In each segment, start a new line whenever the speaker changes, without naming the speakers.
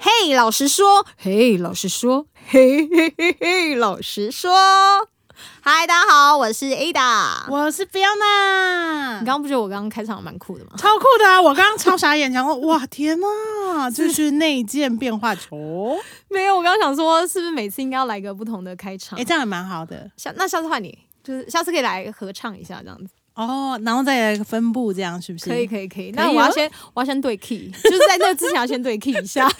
嘿，老实说，嘿，老实说，嘿嘿嘿嘿，老实说。嗨，大家好，我是 Ada。
我是 Fiona，
啊你刚刚不觉得我刚刚开场蛮酷的吗？
超酷的啊！我刚刚超傻眼，想说 哇天呐，这是内建变 化球，
没有，我刚刚想说，是不是每次应该要来个不同的开场？
哎、这样也蛮好的
下那下次换你，就是下次可以来合唱一下这样子。
哦。然后再来一个分布，这样是不是？
可以，可以，可以。啊
可以
那我要
哦
先，我要先对 key，就是在那之前要先对 key 一 下。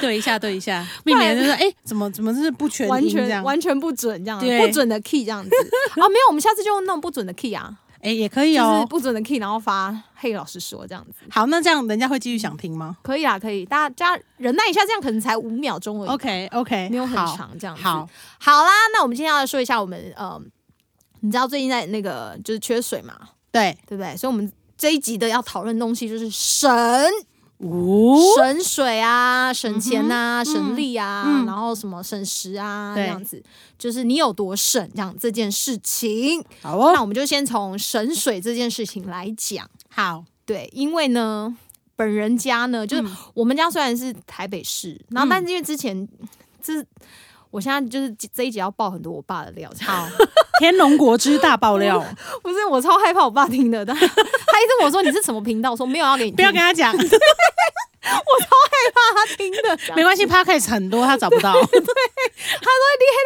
对一下，对 一下，避免就是哎、怎么怎么是不全
完
音这
全
样？
完全不准这样，啊
对
不准的 key 这样子 啊，没有，我们下次就用那种不准的 key 啊，
哎、也可以
就是
哦。
不准的 key，然后发嘿老师说这样子，
好，那这样人家会继续想听吗
可以啊，可以，大家忍耐一下，这样可能才五秒钟而已
？OK OK，
没有很
好
长这样子。
好，
好啦，那我们今天要说一下我们呃，你知道最近在那个就是缺水嘛，
对，
对不对？所以我们这一集的要讨论的东西就是神、
五、
神水啊、省钱啊、省力啊，
嗯
然后什么省时啊这
对
样子，就是你有多省这样这件事情。
好
那
哦，
我们就先从省水这件事情来讲，
好，
对，因为呢，本人家呢，就是
嗯
我们家虽然是台北市，然后
嗯
但是因为之前这。我现在就是这一集要爆很多我爸的料，好，
天龙国之大爆料，
不是我超害怕我爸听的，但 他一直问我说你是什么频道，我说没有要给你听，
不要跟 他讲，
他听的，
没关系，Podcast 很多他找 不到。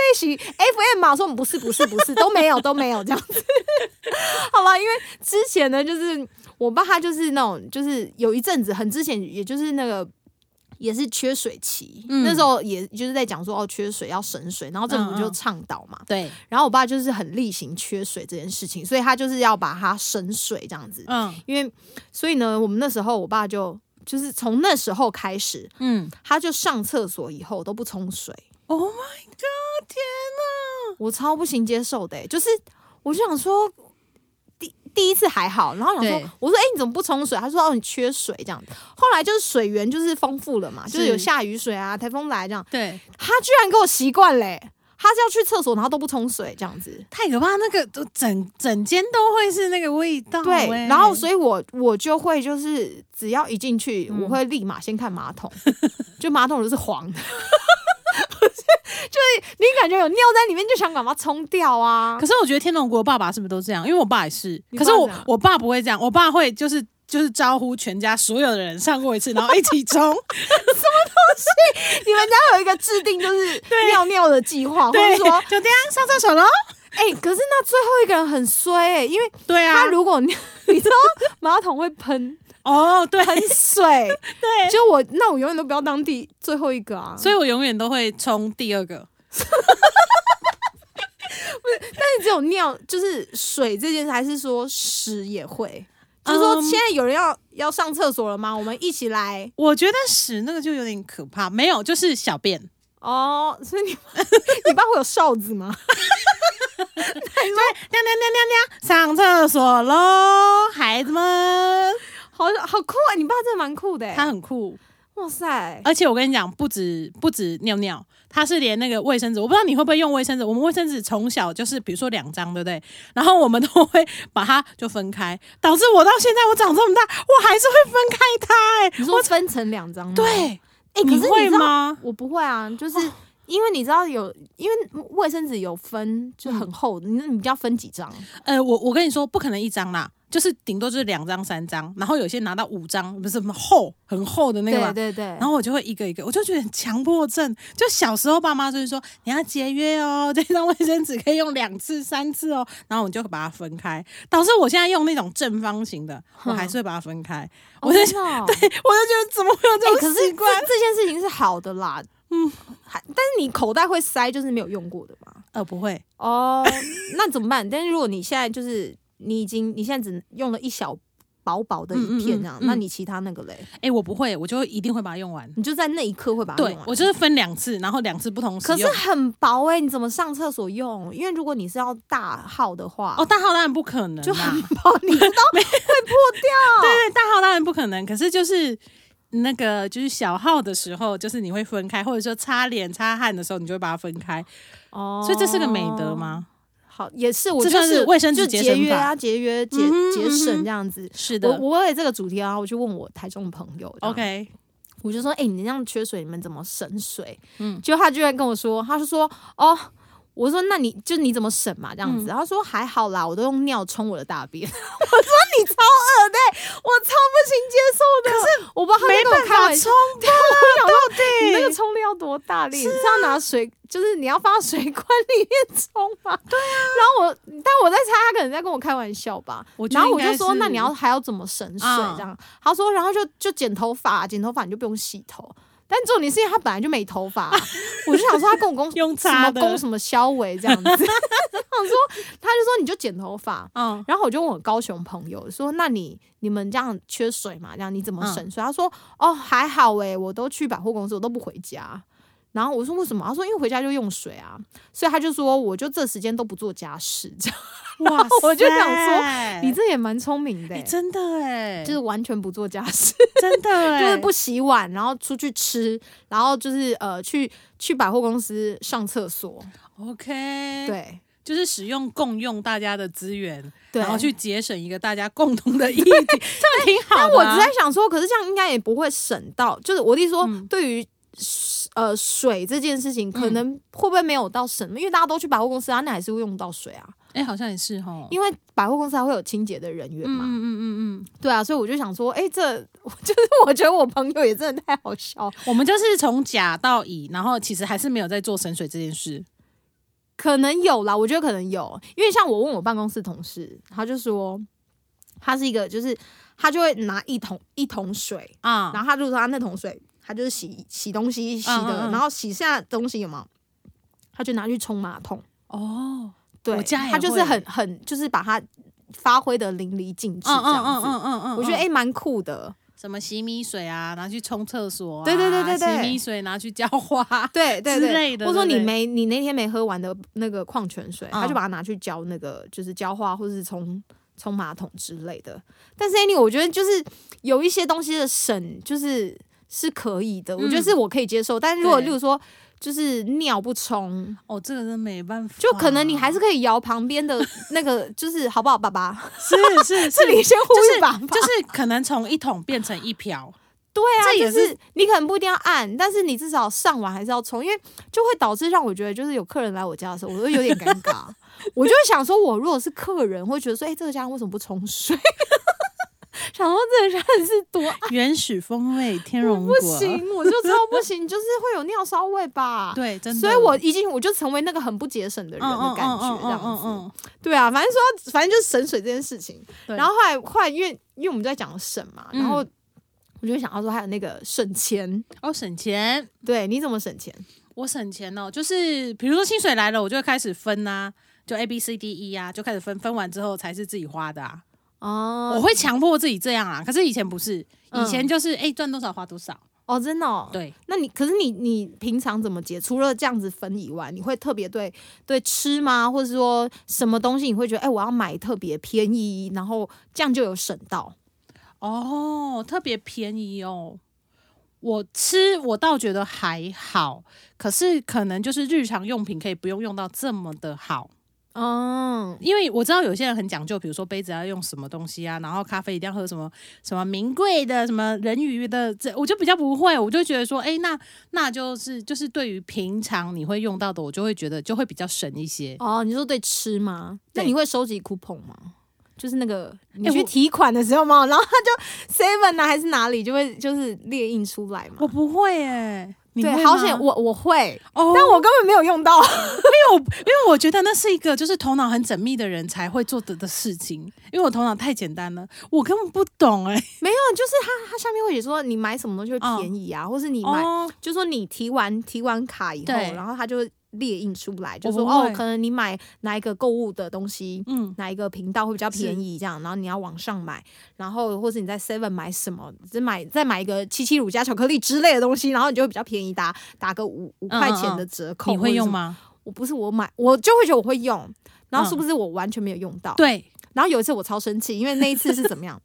类似 FM 啊嘛，我说嗯我们不是不是不是都没有都没有这样子。 好了，因为之前呢，就是我爸他就是那种，就是有一阵子很之前，也就是那个。也是缺水期，
嗯
那时候也就是在讲说哦，缺水要省水，然后政府就
嗯嗯
倡导嘛。
对，
然后我爸就是很力行缺水这件事情，所以他就是要把它省水这样子。
嗯
因为所以呢，我们那时候我爸就就是从那时候开始，
嗯
他就上厕所以后都不冲水，
，Oh my God，天哪！
我超不行接受的欸、就是我就想说。第第一次还好，然后想说
对，
我说，哎、你怎么不冲水？他说，哦，你缺水这样。后来就是水源就是丰富了嘛，就是有
是
下雨水啊，台风来这样。
对，
他居然给我习惯嘞，他是要去厕所，然后都不冲水这样子。
太可怕，那个都整整间都会是那个味道、欸
对，然后所
以
以我我就会就是只要一进去，
嗯
我会立马先看马桶， 就马桶就是黄的， 不是，就是你感觉有尿在里面，就想把它冲掉啊
可。是我觉得天龙国爸爸是不是都这样？因为我爸也是，
你爸
可是我
怎样
我爸不会这样，我爸会就是。就是招呼全家所有的人上过一 次，然后一起冲。
你们家有一个制定 就是尿尿的计划，或者
对，就
说，
这样上厕所喽。
哎、可是那最后一个人很衰哎、因为
对啊
他，如果尿你知道马桶会喷
哦，对
喷 水，
对，
就我那我永远都不要当第最后一个啊。
所以我永远都会冲第二个。
但是只有尿，就是水这件事，还是说屎也会？就是说，
嗯
现在有人要要上厕所了吗？我们一起来
我觉得屎那个就有点可怕，没有，就是小 便。
哦。所以你 你爸会有哨子吗？
亮亮亮亮亮，上厕所喽，孩子们。
好好酷啊！你爸真的蛮酷的欸，
他很酷，
哇塞，
而且我跟你讲，不止不止尿尿，它是连那个卫生纸，我不知道你会不会用卫生纸。我们卫生纸从小就是，比如说两张，对不对？然后我们都会把它就分开，导致我到现在我长这么大，我还是会分开它、
你说分成两张吗？
欸。
哎、
对，
可是你
会
知道
吗？
我不会啊，就是
哦
因为你知道有，因为卫生纸有分，就
嗯
很厚，你那你要分几张？
呃，我我跟你说，不可能一张啦，就是顶多就是两张、三张，然后有些拿到五张，不是什么厚很厚的那个嘛
对。对哦对，
然后我就会一个一个，我就觉得很强迫症。就小时候爸妈就是说你要节约哦， 这张卫生纸可以用两次、三次哦，然后我就把它分开。导致我现在用那种正方形的，我还是会把它分开。
哦
我在
真的 哦
我就觉得怎 么会有
哎、
这
可
种
是
习
这
惯？
这件事情是好的啦，嗯，还但是你口袋会塞，就是没有用过的嘛。
呃，不会，
哦， 那怎么办？但是如果你现在就是你已经你现在只用了一小薄薄的一片这样，
嗯嗯嗯嗯
那你其他那个嘞，
哎、我不会，我就会一定会把它用完。
你就在那一刻会把它用
对
完。，
我就是分两次，然后两次不同时
可是
用。
很薄哎、你怎么上厕所用？因为如果你是要大号的话，
哦，啊大号当然不可能啦，
就很薄，你知道会破
对
掉。
对，大号当然不可能，可是就是那个就是小号的时候，就是你会分开，或者说擦脸擦汗的时候，你就会把它分开，
哦
所以这是个美德？吗？
好，也是，我
这
就
算是卫生纸
就
节
节
省
约
法
啊，节约节
嗯哼
节
嗯
省
哼
这样子。
是
我我为了这个主题啊，我去问我台中的朋友这样
，OK，
我就说：“哎、你这样缺水，你们怎么省水？”嗯，结果他居然跟我说，他就说：“哦。”我说：“那你就你怎么省嘛？这样
嗯
子。他说：“还好啦，我都用尿冲我的大便。” 我说：“你超恶的、我超不行接受的。”可是我不知道他在跟我开
欸
玩笑，我想说你那个冲力要多大
啊
力？你是要拿水，就是你要放到水管里面冲吗？对啊。然后我，但我在猜他可能在跟我开玩笑吧。
我觉
然
得
后我
应
就
该
说，
是
那你要还要怎么省水
嗯
这样？他说，然后就就剪头发，剪头发你就不用洗头。但重点是因为他本来就没头发，我就想说他跟我公
用
什
擦
么
的
公什么消尾这样子，我想 说他就说你就剪头发，
嗯，
然后我就问我高雄朋友说：“那你你们这样缺水嘛？这样你怎么省水？”他说：“哦，还好诶、我都去百货公司，我都不回家。”然后我说：“为什么？”他说：“因为回家就用水啊。”所以他就说：“我就这时间都不做家事。”这样，
哇塞，
我就想说你这也蛮聪明的、
哎
欸，欸
真的哎，
就是完全不做家事，
真 的哎，
就是不洗碗，然后出去吃，然后就是呃去去百货公司上厕所。
OK，，
对
就是使用共用大家的资源，
对，哎
然后去节省一个大家共同的意义，这样挺好
但
的
我
啊。
只在想说，可是这样应该也不会省到，就是我弟说，对于、呃水这件事情，可能会不会没有到省？因为大家都去百货公司啊，那还是会用到水啊，
哎、好像也是哈，
因为百货公司还会有清洁的人员
嗯
嘛。
嗯嗯嗯嗯，
对啊，所以我就想说，哎、这 就是我觉得我朋友也真的太好笑，
我们就是从甲到乙，然后其实还是没有在做省水这件事。
可能有啦，我觉得可能有，因为像我问我办公室同事，他就说他是一个，就是他就会拿一桶一桶水，
啊、
然后他就说他那桶水，他就是洗洗东西洗
嗯
的，
嗯嗯
然后洗下东西有没有？他就拿去冲马桶。
哦，
对，
我家也
他就是
会
很很就是把它发挥的淋漓尽致这
嗯嗯
样
嗯
子。
嗯嗯嗯，
我觉得
嗯
哎蛮、酷的，
什么洗米水啊，拿去冲厕所、啊，
对对对对对
洗米水拿去浇 花，
对对对，
之类的
或者说
对
你
对
没你那天没喝完的那个矿泉水，他
嗯
就把它拿去浇那个就是浇花或是冲冲马桶之类的。但是 anyway，我觉得就是有一些东西的省就是是可以的，我觉得
嗯
是我可以接受。但是如果
对
例如说就是尿不冲，
哦，这个真没办法，
就可能
哦
你还 是可以摇旁边 的那个，就是好不好，爸爸？
是 是
这里
是，
先呼
就是
吁爸爸，
就是可能从一桶变成一瓢，
对啊，
这也
就是你可能不一定要按，但是你至少上完还是要冲，因为就会导致让我觉得，就是有客人来我家的时候，我会有点尴尬，我就会想说，我如果是客人，会觉得说，哎、这个家人为什么不冲水？ 想说这个家人是多爱
原始风味天
我
龙果，
不行，我就知道不 行，就是会有尿骚味吧。
对，真的，嗯
所以我已经我就成为那个很不节省的人的感觉，这样子。对啊，反正说到，反正就是省水这件事情。
对
然后后来后来，因为因为我们在讲省嘛，
嗯
然后我就想到说，还有那个省钱，
哦，省钱，
对，你怎么省钱？
我省钱哦，就是比如说薪水来了，我就会开始分啊，就 A B C D E 啊，就开始分，分完之后才是自己花的啊。我
哦嗯
会强迫自己这样啊，可是以前不是，以前就是哎赚、多少花多少，
哦，真的、哦。
对，
那你可是你你平常怎么节？除了这样子分以外，你会特别对对吃吗？或者说什么东西你会觉得，哎、我要买特别便宜，然后这样就有省到。
哦，特别便宜哦。我吃我倒觉得还好，可是可能就是日常用品可以不用用到这么的好。
嗯，
因为我知道有些人很讲究，比如说杯子要用什么东西啊，然后咖啡一定要喝什么什么名贵的，什么人鱼的，这我就比较不会，我就觉得说，哎，那那就是就是对于平常你会用到的，我就会觉得就会比较省一些。
哦，你说对吃吗？那
欸对
你会收集 coupon 吗？就是那个你
哎
去
我
提款的时候嘛， 然后他就 seven 啊还是哪里就会就是列印出来嘛
我。不会哎、你
对，
会
好
吗
险我我会，
哦，
但我根本没有用 到。
因为我觉得那是一个就是头脑很缜密的人才会做的的事情，因为我头脑太简单了，我根本不懂哎、
没有，就是他他下面会写说你买什么东西会便宜啊，或是你买，
哦，
就说你提完提完卡以后，
对
然后他就会列印出来，就
我
说
不
哦
会，
可能你买哪一个购物的东西，
嗯，
哪一个频道会比较便
是
宜，这样，然后你要往上买，然后或是你在 Seven 买什么，只买再买一个七七乳加巧克力之类的东西，然后你就会比较便宜，打打个五五块钱的折扣。
嗯你会用
或者什么？
吗？
我不是我买，我就会觉得我会用，然后
嗯
是不是我完全没有用到？
对，
然后有一次我超生气，因 为那一次是怎么样？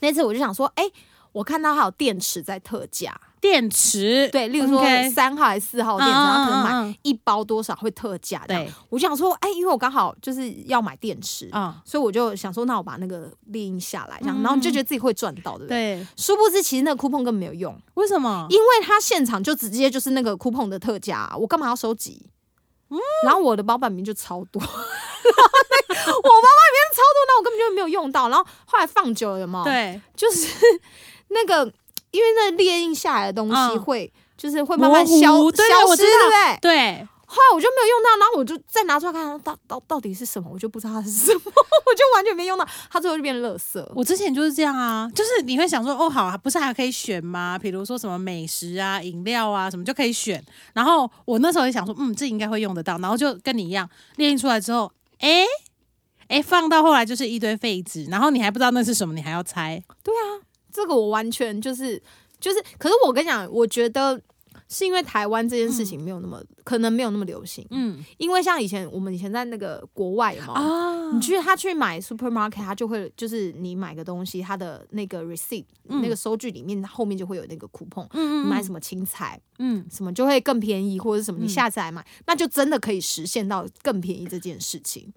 那一次我就想说，哎、我看到还有电池在特价，
电池，
对，例如说
OK
三号还是四号电池，
嗯嗯
他可能
嗯嗯嗯
买一包多少会特价这样。
对，
我就想说，哎、因为我刚好就是要买电池，
啊，
所以我就想说，那我把那个列印下来，这样，
嗯
然后你就觉得自己会赚到，对不对？
对，嗯
殊不知，其实那个 coupon 根本没有用，
为什么？
因为他现场就直接就是那个 coupon 的特价啊、我干嘛要收集？
嗯
然后我的包板名就超多， 然后那我包包里面超多，那我根本就没有用到。然后后来放久了，有没有？
对，
就是 那个，因为那列印下来的东西
嗯
会、就是会慢慢
模糊
消
对对
消
我
失，
知
对
道
不对？
对，
后来我就没有用到，然后我就再拿出来看，到到到底是什么，我就不知道它是什么， 我就完全没用到，它最后就变垃圾。
我之前就是这样啊，就是你会想说，哦，好啊，不是还可以选吗？比如说什么美食啊、饮料啊，什么就可以选。然后我那时候也想说，嗯，这应该会用得到，然后就跟你一样，列印出来之后，诶诶，放到后来就是一堆废纸，然后你还不知道那是什么，你还要猜。
这个我完全就是就是，可是我跟你讲，我觉得是因为台湾这件事情没有那么、可能没有那么流行，
嗯
因为像以前我们以前在那个国外嘛。
啊
你去他去买 supermarket，他就会就是你买个东西，他的那个 receipt、
嗯
那个收据里面后面就会有那个 coupon，、
嗯
你买什
么？
么青菜
嗯，
什么就会更便宜，或者是什么你
嗯
下次来买，那就真的可以实现到更便宜这件事情。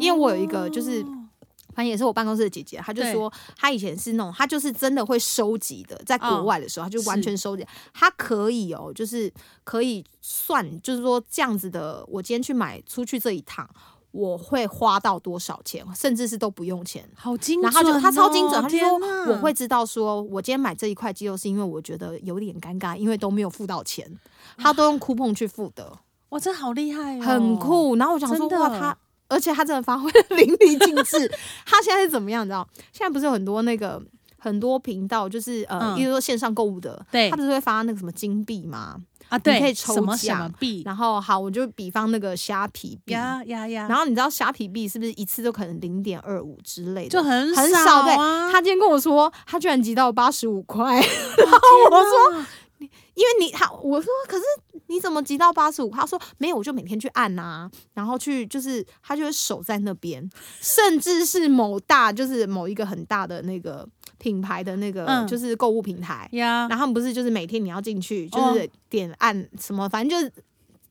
因为我有一个就是
哦
反正也是我办公室的姐姐，她就
对
说她以前是那种，她就是真的会收集的，在国
哦
外的时候，她就完
是
全收集，她可以哦，就是可以算，就是说这样子的，我今天去买出去这一趟，我会花到多少钱，甚至是都不用钱。
好精
然
准哦，
后她就她超精准，她就说
天哪
我会知道说，我今天买这一块鸡肉是因为我觉得有点尴尬，因为都没有付到钱，她都
啊
用 coupon 去付的，
哇，这好厉害、哦，
很。酷。然后我想说
真的
哇，她而且他真的发挥的 淋漓尽致。他现在是怎么样？你知道，现在不是有很多那个很多频道，就是呃，
嗯
比、如说线上购物的，
对
他不是会发那个什么金币吗？
啊，对，
可以抽
什么什
奖
么币
然后好，我就比方那个虾皮币，
呀呀呀，
然后你知道虾皮币是不是一次就可能零点二五之类的？
就很
很
少
对
啊。
他今天跟我说，他居然集到八十五块，
我说
因为你他我说可是你怎么集到八十五？他说没有，我就每天去按啊，然后去就是他就会守在那 边，甚至是某大就是某一个很大的那个品牌的那个、
嗯
就是购物平台，
呀
然，后他们不是就是每天你要进去
哦
就是点按什么，反正就是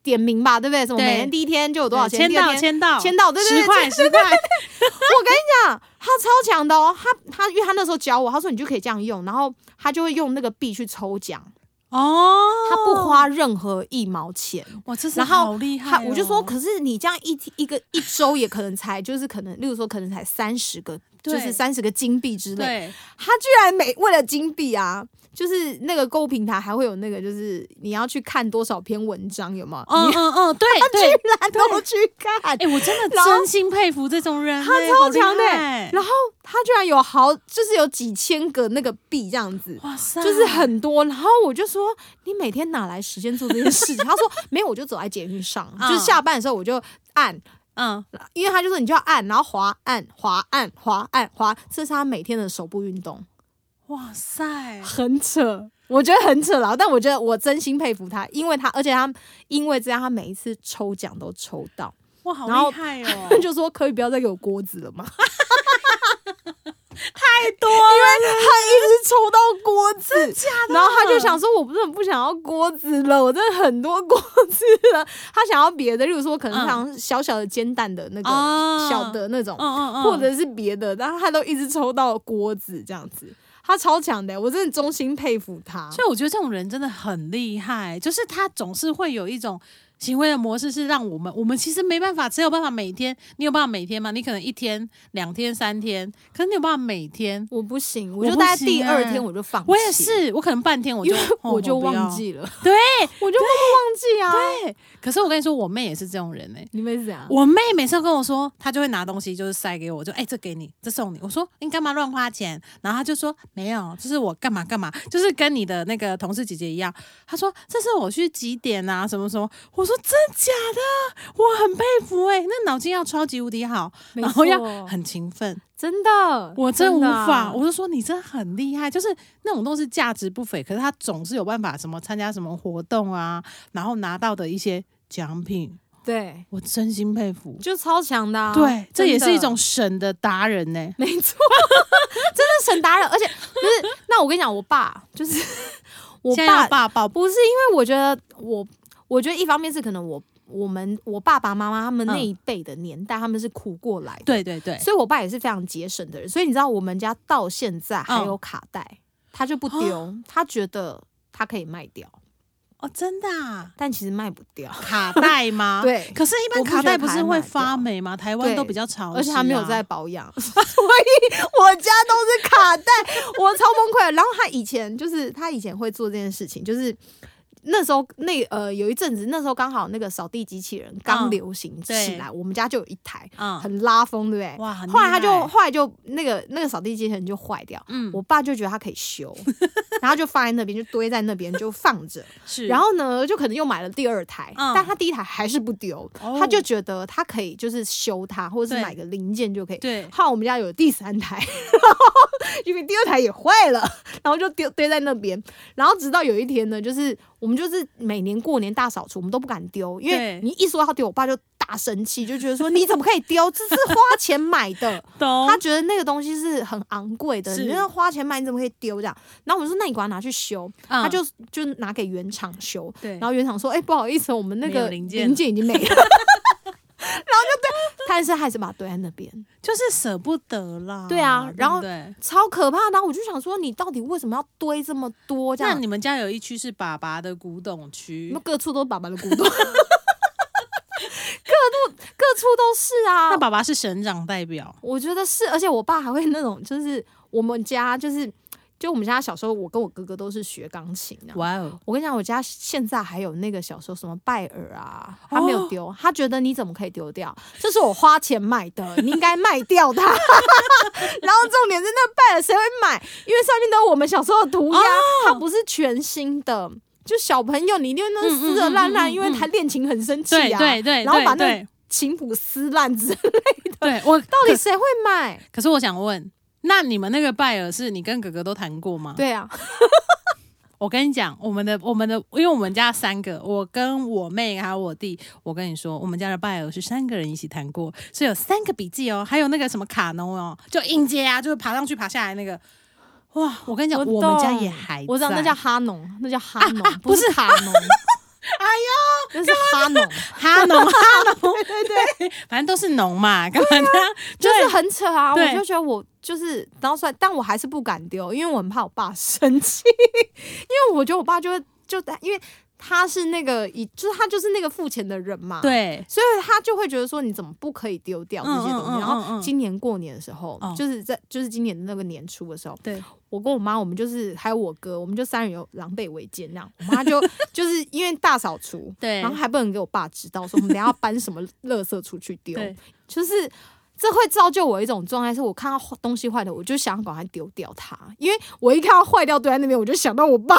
点名吧，对不对？什么
对
每天第一天就有多少钱，
签
第二
到
天
签到
签到，对对对，
十块十块，
我跟你讲，他超强的哦，他他因为他那时候教我，他说你就可以这样用，然后他就会用那个币去抽奖，
哦，
他不，花任何一毛钱。
哇，这是
然后
好厉害
他
哦、
我就说，可是你这样一天一个一周也可能才就是可能，例如说可能才三十个，
对
就是三十个金币之类。
对，
他居然每为了金币啊，就是那个购物平台还会有那个，就是你要去看多少篇文章，有吗？
嗯
你
嗯嗯，对
他
对，
居然都去看。
哎、我真的
然后
真心佩服这种人欸、
他超
好厉
强的欸
害
然后他居然有好，就是有几千个那个币这样子，
哇塞，
就是很多。然后我就说，你每天哪来时间做这件事情？他说没有，我就走在捷运 上，
嗯
就是下班的时候我就按，
嗯，
因为他就说你就要按，然后滑按滑按滑按滑，这是他每天的手部运动，
哇塞，
很扯。我觉得很扯啦，但我觉得我真心佩服他，因为他，而且他因为这样，他每一次抽奖都抽到，
哇，好
然后
厉害
，
哦
就说可以不要再给我锅子了吗？
太多了，
他一直抽到锅子，然后他就想说，我不是很不想要锅子了，我真的很多锅子了，他想要别的，例如说可能
嗯
像小小的煎蛋的那个、
哦
小的那种，
嗯嗯嗯，
或者是别的，但他都一直抽到锅子这样子，他超强的、我真的衷心佩服他。
所以我觉得这种人真的很厉害，就是他总是会有一种行为的模式，是让我们我们其实没办法，只有办法每天，你有办法每天吗？你可能一天、两天、三天，可是你有办法每天。
我不行，我
我
就
不
大概第
行
二
欸
天我就放弃，
我也，是，我可能半天我
因
就
为
哦
我就
不要
忘记了，
对
我就默默忘记啊。
对。可是我跟你说，我妹也是这种人哎、
你们是怎样？
我妹每次都跟我说，她就会拿东西就是塞给我，就哎、这给你，这送你。我说你干嘛乱花钱？然后她就说没有，就是我干嘛干嘛，就是跟你的那个同事姐姐一样。她说这是我去几点啊，什么什么。我说真假的，我很佩服哎、那脑筋要超级无敌好，
没
然后要
错
很勤奋。
真的，
我真无
的啊
法，我就说你真的很厉害，就是那种都是价值不菲，可是她总是有办法什么参加什么活动啊，然后拿到的一些奖品，
对，
我真心佩服。
就超强的、啊。
对，这
真
也是一
的
种省的达人呢、
没 错，真的省达人，而且不是。那我跟你讲，我爸就是。我
现在要
爸
爸抱
不是因为我觉得我，我觉得一方面是可能我我们我爸爸妈妈他们那
嗯
一辈的年代，他们是苦过来的，
对对对，
所以我爸也是非常节省的人，所以你知道我们家到现在还
嗯
有卡带，他就不丢，他觉得他可以卖掉，
哦，真的、啊、
但其实卖不掉，
卡带吗？。
对，
可是，一般
我不
卡
觉
带
得
不
卡
是
带
会
卖
发
掉
霉吗？台湾都
对
比较潮湿啊、
而且他没有在保养， 所以我家都是卡带，我超崩溃的。然后他以前就是他以前会做这件事情，就是。那时候那呃有一阵子，那时候刚好那个扫地机器人刚
嗯
流行起
对
来，我们家就有一台，
嗯，
很拉风，对不对？
哇，很
后来
厉
他就
害
后来就那个那个扫地机器人就坏掉，
嗯
我爸就觉得他可以修，然后就放在那边，就堆在那边就放着。
是，
然后呢，就可能又买了第二台，
嗯
但他第一台还是不丢，
哦
他就觉得他可以就是修它，或者是
对
买个零件就可以。
对
后来我们家有第三台， 然后因为第二台也坏了， 然后就丢堆在那边。然后直到有一天呢，就是我们就是每年过年大扫除，我们都不敢丢，因为
对
你一说要丢，我爸就大生气，就觉得说你怎么可以丢？这是花钱买 的，
懂
他觉得那个东西是很昂贵的，
哦是
你要花钱买，你怎么可以丢这样？然后我们说那你管他拿去修，他
他
就就拿给原厂修，
嗯对，
然后原厂说：“哎、不好意思，我们那
没
个
有零件
已经没了。” 然后就对，但是还是把它堆在那边，
就是舍不得啦。
对啊然后
不对
超可怕的啊。我就想说，你到底为什么要堆这么多？这
那
样，
你们家有一区是爸爸的古董区
那，各处都是爸爸的骨头，各 处各处都是啊
那。爸爸是省长代表，
我觉得是，而且我爸还会那种，就是我们家就是。就我们家小时候，我跟我哥哥都是学钢琴啊的、
哇哦，
我跟你讲，我家现在还有那个小时候什么拜耳啊，他没
哦
有丢，他觉得你怎么可以丢掉？这是我花钱买的，你应该卖掉它。 然后重点是那拜耳谁会买？因为上面都有我们小时候的涂鸦，
哦
它不是全新的。就小朋友，你一定会那撕的烂
嗯嗯嗯嗯
烂，
嗯
因为他练琴很生气
对
啊。
对对，
然后
对
把那
对
琴谱撕烂子，
对我到
到底谁会买？
可是我想问，那你们那个拜耳是你跟哥哥都谈过吗？，
对啊，
我跟你讲，我们的我们的，因为我们家三个，我跟我妹还有我弟，我跟你说，我们家的拜耳是三个人一起谈过，所以有三个笔记哦，还有那个什么卡农哦，就音阶啊，就是爬上去爬下来那个。哇，我跟你讲，
我
我们家
懂
也还
我知道那
在啊
叫哈农，那叫哈农，
不
不是卡 农。哎呦，那是哈农。
哈农 哈农，对对对，反正都是农嘛，干嘛这样？
就是很扯啊！
对
我就觉得我就是，然后算，但我还是不敢丢，因为我很怕我爸生气， 因为我觉得我爸就会就因为他是那个一，就是他就是那个付钱的人嘛，，
对啊
所以他就会觉得说你怎么不可以丢掉这些东西？
嗯嗯嗯嗯
然后今年过年的时候，
哦
就是在就是今年的那个年初的时候，
对
我跟我妈，我们就是还有我哥，我们就三人有狼狈为奸那样，我妈就就是因为大扫除。
对
然后还不能给我爸知道，说我们等一下要搬什么垃圾出去丢。
对，
就是这会造就我一种状态，是我看到坏东西坏的，我就想要赶快丢掉它，因为我一看到坏掉堆在那边，我就想到我爸。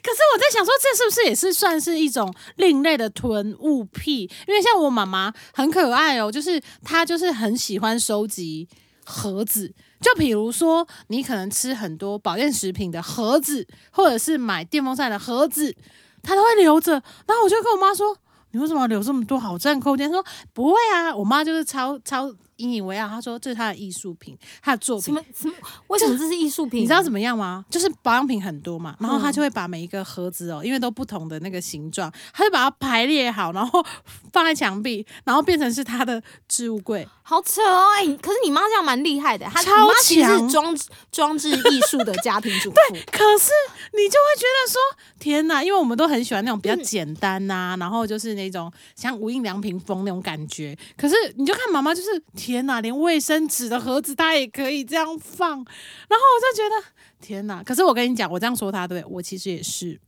可是我在想说，这是不是也是算是一种另类的囤物癖？因为像我妈妈很可爱哦，就是她就是很喜欢收集盒子。就比如说，你可能吃很多保健食品的盒子，或者是买电风扇的盒子，她都会留着。然后我就跟我妈说：“你为什么要留这么多，好占空间？”她说：“不会啊，我妈就是超超引以为傲。”她说：“这是她的艺术品，她的作
什
品。”
么什么？为什么这是艺术品？
你知道怎
么？
么样吗？就是保养品很多嘛，然后他
嗯
就会把每一个盒子哦，因为都不同的那个形状，他就把它排列好，然后放在墙壁，然后变成是他的置物柜。
好扯哦！哎、可是你妈这样蛮厉害的，她
超
你妈其实
强
是装装置艺术的家庭 主妇。
可是你就会觉得说，天哪！因为我们都很喜欢那种比较简单呐、然后就是那种像无印良品风那种感觉。可是你就看妈妈，就是天哪，连卫生纸的盒子她也可以这样放，然后我就觉得天哪！可是我跟你讲，我这样说她对我其实也是。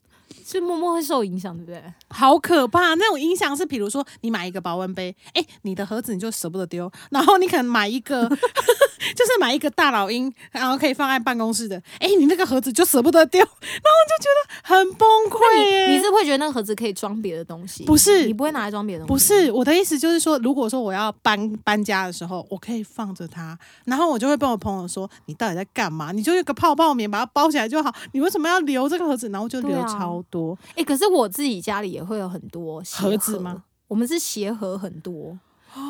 是默默会受影响，对不对？
好可怕！那种音响是，比如说你买一个保温杯，哎、你的盒子你就舍不得丢，然后你可能买一个， 就是买一个大老鹰，然后可以放在办公室的，哎、你那个盒子就舍不得丢，然后我就觉得很崩溃、耶
你是会觉得那个盒子可以装别的东西，
不是
你不会拿来装别的东
不
西，
是我的意思，就是说，如果说我要搬搬家的时候，我可以放着它，然后我就会跟我朋友说：“你到底在干嘛？你就用个泡泡棉把它包起来就好，你为什么要留这个盒子？”然后就留
对啊
超多，
哎、可是我自己家里也会有很多鞋
盒子吗？
哦我们是鞋盒很多，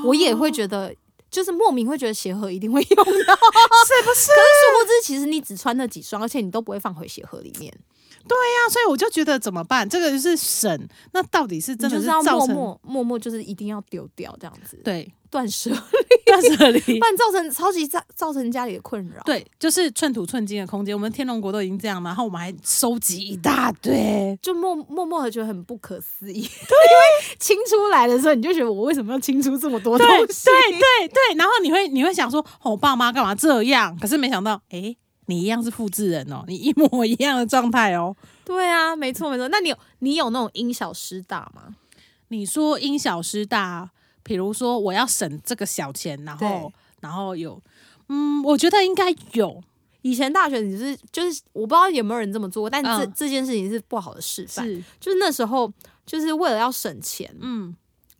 我也会觉得就是莫名会觉得鞋盒一定会用到，
是不是？
可是殊不知，其实你只穿那几双，而且你都不会放回鞋盒里面，
那啊所以我就觉得怎么办？这个就是省，那到底是
你
真
就
的
是要
造成
默默默默就是一定要丢掉这样子，
对
断舍，
断舍离
不。然造成超级造造成家里的困扰。
对，就是寸土寸金的空间。我们天龙国都已经这样了，然后我们还收集一大堆。哎
就默默默的觉得很不可思议，对，因为清出来的时候，你就觉得我为什么要清出这么多
对
东
对
西？
对对，然后你会你会想说，哦我、爸妈干嘛这样？可是没想到，诶，你一样是复制人哦，你一模一样的状态哦。
对啊，没错没错。那你有你有那种因小失大吗？
你说因小失大，比如说我要省这个小钱，然后
对
然后有，嗯，我觉得应该有，
以前大学你是就是我不知道有没有人这么做过，但这、
嗯
这件事情是不好的示范。
是，
就是那时候就是为了要省钱，
嗯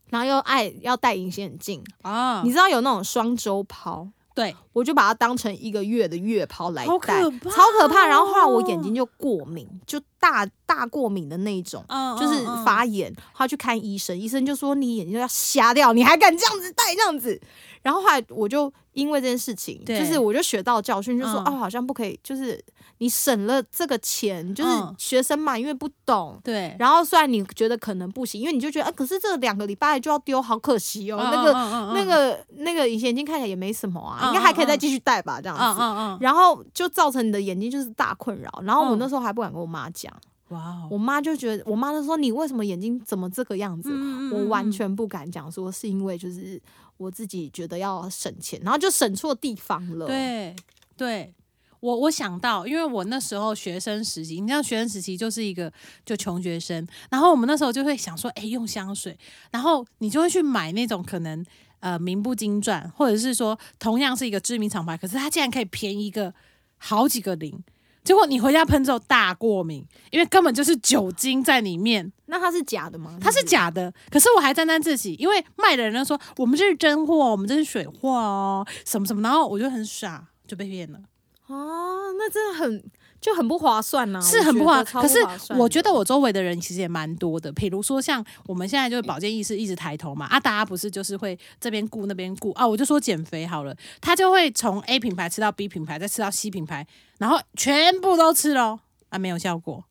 然后又爱要戴隐形眼镜，
啊
你，知道有那种双周抛，
对，
我就把它当成一个月的月抛来
好
戴，
可怕
超可怕。然后后来我
哦
眼睛就过敏，就大大过敏的那一种。
嗯
就是
嗯嗯
发炎，他去看医生，医生就说你眼睛要瞎掉，你还敢这样子戴这样子。然后后来我就因为这件事情，
对
就是我就学到教训，就说、
嗯
哦，好像不可以，就是你省了这个钱，就是
嗯
学生嘛，因为不懂。
对，嗯
然后虽然你觉得可能不行，因为你就觉得，啊，可是这两个礼拜就要丢，好可惜哦。
嗯
那个、那
那
个、那个隐形眼镜看起来也没什么啊，
嗯
应该还可以
嗯
再
嗯
继续戴吧，这样子。
嗯嗯嗯，
然后就造成你的眼睛就是大困扰。然后我
嗯
那时候还不敢跟我妈讲，
哇哦，
我妈就觉得，我妈就说你为什么眼睛怎么这个样子？
嗯
我完全不敢讲，说是因为就是我自己觉得要省钱，然后就省错地方了。，
对对，我我想到，因为我那时候学生时期，你知道学生时期就是一个就穷学生，然后我们那时候就会想说，哎、用香水，然后你就会去买那种可能呃名不经传，或者是说同样是一个知名厂牌，可是它竟然可以便宜个好几个零。结果你回家喷之后大过敏，因为根本就是酒精在里面，
那它是假的吗？
它是假的。可是我还沾沾自喜，因为卖的人都说我们这是真货，我们这是水货哦，什么什么，然后我就很傻，就被骗了。
哦，那真的很就很不划算呐、啊，
是很不划，
算。
可是我觉得
我
我周围的人其实也蛮多的，比如说像我们现在就是保健意识一直抬头嘛，啊，大家不是就是会这边顾那边顾啊，我就说减肥好了，他就会从 A 品牌吃到 B 品牌，再吃到 C 品牌，然后全部都吃咯，啊，没有效果，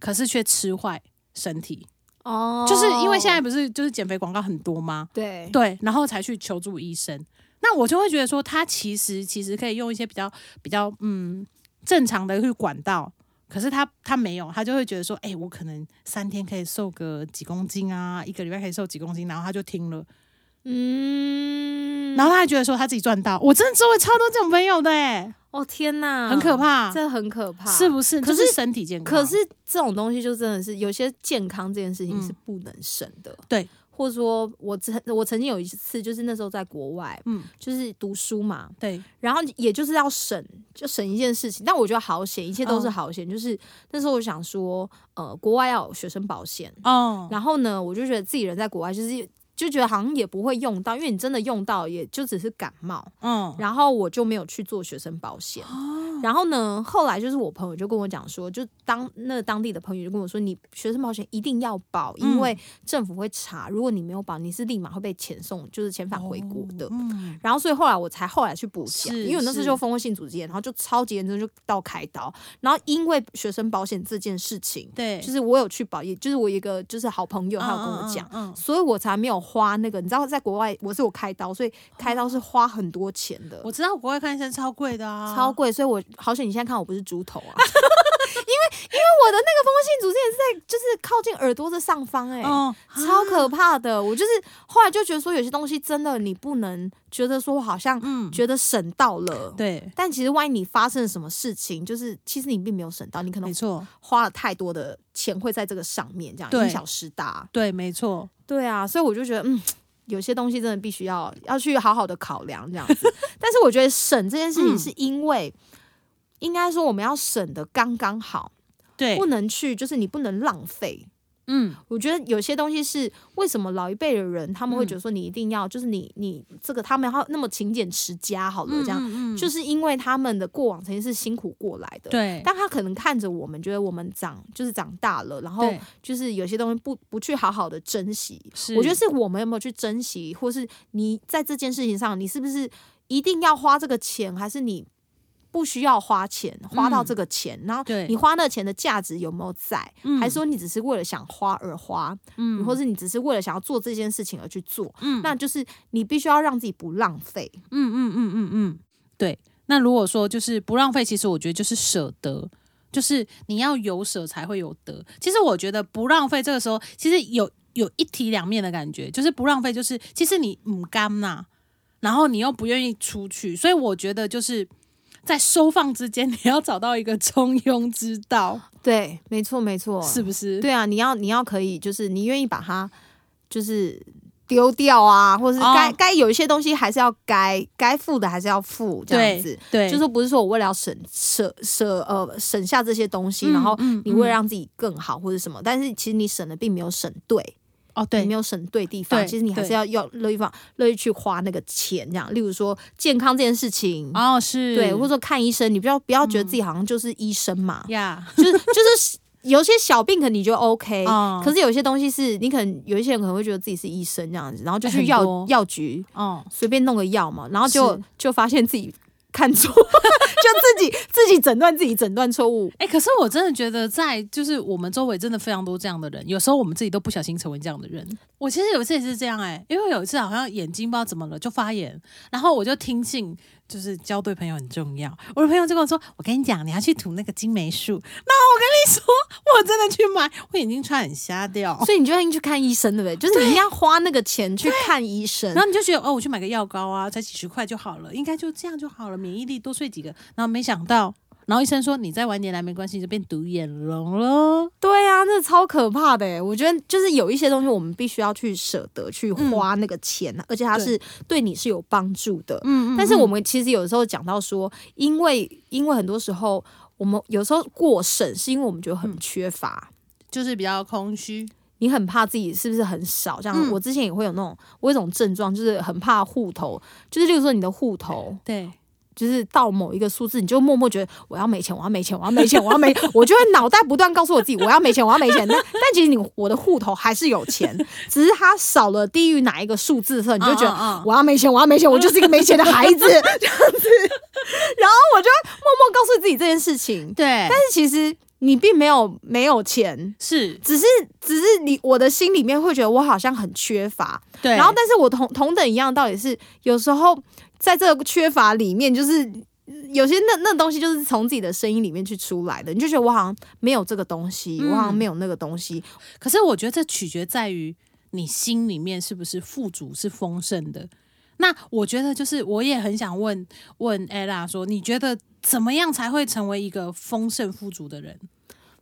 可是却吃坏身体，
哦，
就是因为现在不是就是减肥广告很多吗？
对
对，然后才去求助医生。那我就会觉得说，他其实其实可以用一些比较比较嗯正常的去管道，可是他他没有，他就会觉得说，哎、我可能三天可以瘦个几公斤啊，一个礼拜可以瘦几公斤，然后他就听了，
嗯，
然后他还觉得说他自己赚到。我真的周围超多这种朋友的、欸，
哦天呐，
很可怕，
这很可怕，
是不是？
可
就是身体健康，
可是这种东西就真的是有些健康这件事情
嗯
是不能省的，
对。
或者说我曾我曾经有一次，就是那时候在国外，
嗯
就是读书嘛，
对
然后也就是要省，就省一件事情。但我觉得好险，一切都是
嗯
好险。就是那时候我想说，呃，国外要有学生保险，
哦，
然后呢，我就觉得自己人在国外就是。就觉得好像也不会用到，因为你真的用到也就只是感冒，
嗯
然后我就没有去做学生保险。
哦
然后呢，后来就是我朋友就跟我讲说，就当那当地的朋友就跟我说，你学生保险一定要保，因
嗯
为政府会查，如果你没有保，你是立马会被遣送，就是遣返回国的。
嗯，
然后，所以后来我才后来去补强，
是
因为我那次
是
就蜂窝性组织炎，然后就超级严重，就到开刀。然后因为学生保险这件事情，
对，
就是我有去保，也就是我一个就是好朋友，
嗯
他有跟我讲，，
嗯，嗯嗯
所以我才没有花那个。你知道，在国外我是有开刀，所以开
哦
刀是花很多钱的。
我知道国外看医生超贵的啊，
超贵，所以我好险！你现在看我不是猪头啊，因为因为我的那个风性组织也是在就是靠近耳朵的上方、欸，哎、
哦，
超可怕的。我就是后来就觉得说，有些东西真的你不能觉得说我好像
嗯，
觉得省到了，
对，
但其实万一你发生了什么事情，就是其实你并没有省到，你可
没
能
错，
花了太多的钱会在这个上面，这样
对
因小失大。
对，没错，
对啊，所以我就觉得，嗯，有些东西真的必须要要去好好的考量这样子。 但是我觉得省这件事情
嗯
是因为，应该说我们要省的刚刚好，
对
不能去就是你不能浪费。
嗯，
我觉得有些东西是为什么老一辈的人他
嗯
们会觉得说你一定要、就是你你这个他们要那么勤俭持家好了这样，
嗯嗯嗯
就是因为他们的过往曾经是辛苦过来的。
对，
但他可能看着我们，觉得我们长就是长大了，然后
对
就是有些东西不不去好好的珍惜。
是
我觉得是我们有没有去珍惜，或是你在这件事情上，你是不是一定要花这个钱，还是你不需要花钱，花到这个钱，然后
嗯对
你花那钱的价值有没有在？
嗯
还是说你只是为了想花而花，
嗯
或是你只是为了想要做这件事情而去做？
嗯
那就是你必须要让自己不浪费。
嗯嗯嗯嗯嗯，对。那如果说就是不浪费，其实我觉得就是舍得，就是你要有舍才会有得。其实我觉得不浪费这个时候，其实有有一体两面的感觉，就是不浪费，就是其实你唔甘呐，然后你又不愿意出去，所以我觉得就是在收放之间，你要找到一个 中庸之道，
对，没错，没错，
是不是？
对啊，你要你要可以，就是你愿意把它就是丢掉啊，或者是
哦
该该、有一些东西还是要该该付的还是要付这样子
对。对，
就说不是说我为了要省舍舍呃省下这些东西，然后
嗯嗯
你为了
嗯
让自己更好或者什么，但是其实你省的并没有省对，
哦
你
对
没，有省对地方，
对
其实你还是要要乐意放乐意去花那个钱这样。例如说健康这件事情，
哦是，嗯
对，或者说看医生，你不要不要觉得自己好像就是医生嘛，
呀，
就是就是 有些小病可能你就 OK，、
哦
可是有些东西是你可能有一些人可能会觉得自己是医生这样子，然后就去
哎很
药
多
药局
哦
随便弄个药嘛，然后就是就发现自己看 错，就自己自己诊断自己诊断错误。
哎、可是我真的觉得，在就是我们周围真的非常多这样的人，有时候我们自己都不小心成为这样的人。我其实有一次也是这样哎、因为有一次好像眼睛不知道怎么了就发炎，然后我就听信就是交对朋友很重要，我的朋友就跟我说：“我跟你讲，你要去涂那个金霉素。”那我跟你说，我真的去买，我眼睛差点瞎掉。
所以你就应该去看医生，对不对？就是你要花那个钱去看医生
然。后你就觉得哦，我去买个药膏啊，才几十块就好了，应该就这样就好了，免疫力多睡几个。然后没想到，然后医生说你再晚点来没关系，就变独眼龙了。
对啊，那超可怕的欸。我觉得就是有一些东西我们必须要去舍得去花那个钱，而且它
对
是嗯对你是有帮助的。
嗯
但是我们其实有时候讲到说，因为因为很多时候我们有时候过剩，是因为我们觉得很缺乏。
就是比较空虚。
你很怕自己是不是很少？这样，
嗯
我之前也会有那种，我有一种症状，就是很怕户头，就是例如说你的户头，
对，
就是到某一个数字，你就默默觉得我要没钱，我要没钱，我要没钱， 我要没，我就会脑袋不断告诉我自己我要没钱，我要没钱。但但其实你我的户头还是有钱，只是它少了低于哪一个数字的时候，你就觉得
嗯嗯嗯
我要没钱，我要没钱，我 就是一个没钱的孩 子这样子。然后我就会默默告诉自己这件事情，
对，
但是其实你并没有没有钱。
是，
只是，只是你我的心里面会觉得我好像很缺乏，
对，
然后，但是我同同等一样的道理是，有时候在这个缺乏里面，就是嗯有些那那东西就是从自己的声音里面去出来的，你就觉得我好像没有这个东西，
嗯
我好像没有那个东西。
可是我觉得这取决在于你心里面是不是富足是丰盛的。那我觉得就是，我也很想问问 ella 说，你觉得怎么样才会成为一个丰盛富足的人？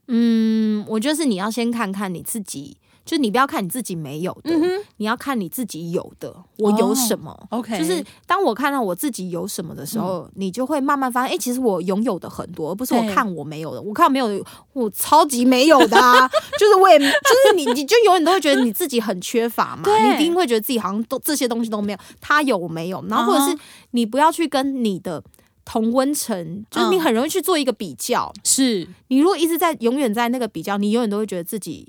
嗯，我觉得是你要先看看你自己，就是你不要看你自己没有的，
嗯哼哦
你要看你自己有的，我有什么。
，OK，
就是当我看到我自己有什么的时候，
嗯
你就会慢慢发现，哎、其实我拥有的很多，而不是我
对
看我没有的。我看没有的，我超级没有的啊！ 就是我也，就是你，你就永远都会觉得你自己很缺乏嘛，
对
你一定会觉得自己好像都这些东西都没有，他有我没有，然后或者
啊
是你不要去跟你的。同温层就是你
嗯
很容易去做一个比较，
是
你如果一直在永远在那个比较，你永远都会觉得自己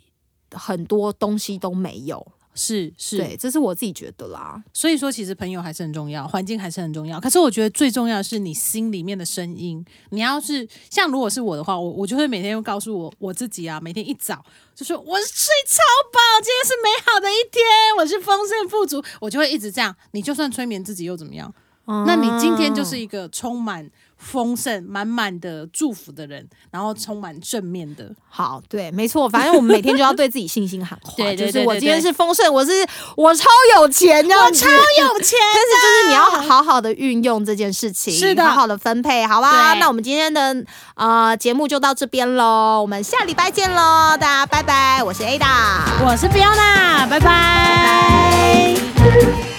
很多东西都没有。
是是，
对，这是我自己觉得啦。
所以说其实朋友还是很重要，环境还是很重要。可是我觉得最重要的是你心里面的声音。你要是像如果是我的话，我我就会每天会告诉我我自己啊，每天一早就说我睡超饱，今天是美好的一天，我是丰盛富足，我就会一直这样。你就算催眠自己又怎么样？那你今天就是一个充满丰盛、满满的祝福的人，然后充满正面的。
好，对，没错，反正我们每天就要对自己信心喊话，
对对
就是我
对对
今天是丰盛，我是我超有钱，我超有钱， 但是就是你要好好的运用这件事情，
是的
好好的分配，好吧？
对
那我们今天的呃节目就到这边喽，我们下礼拜见喽，大家拜拜，我是 Ada，
我是 Fiona，拜拜
拜。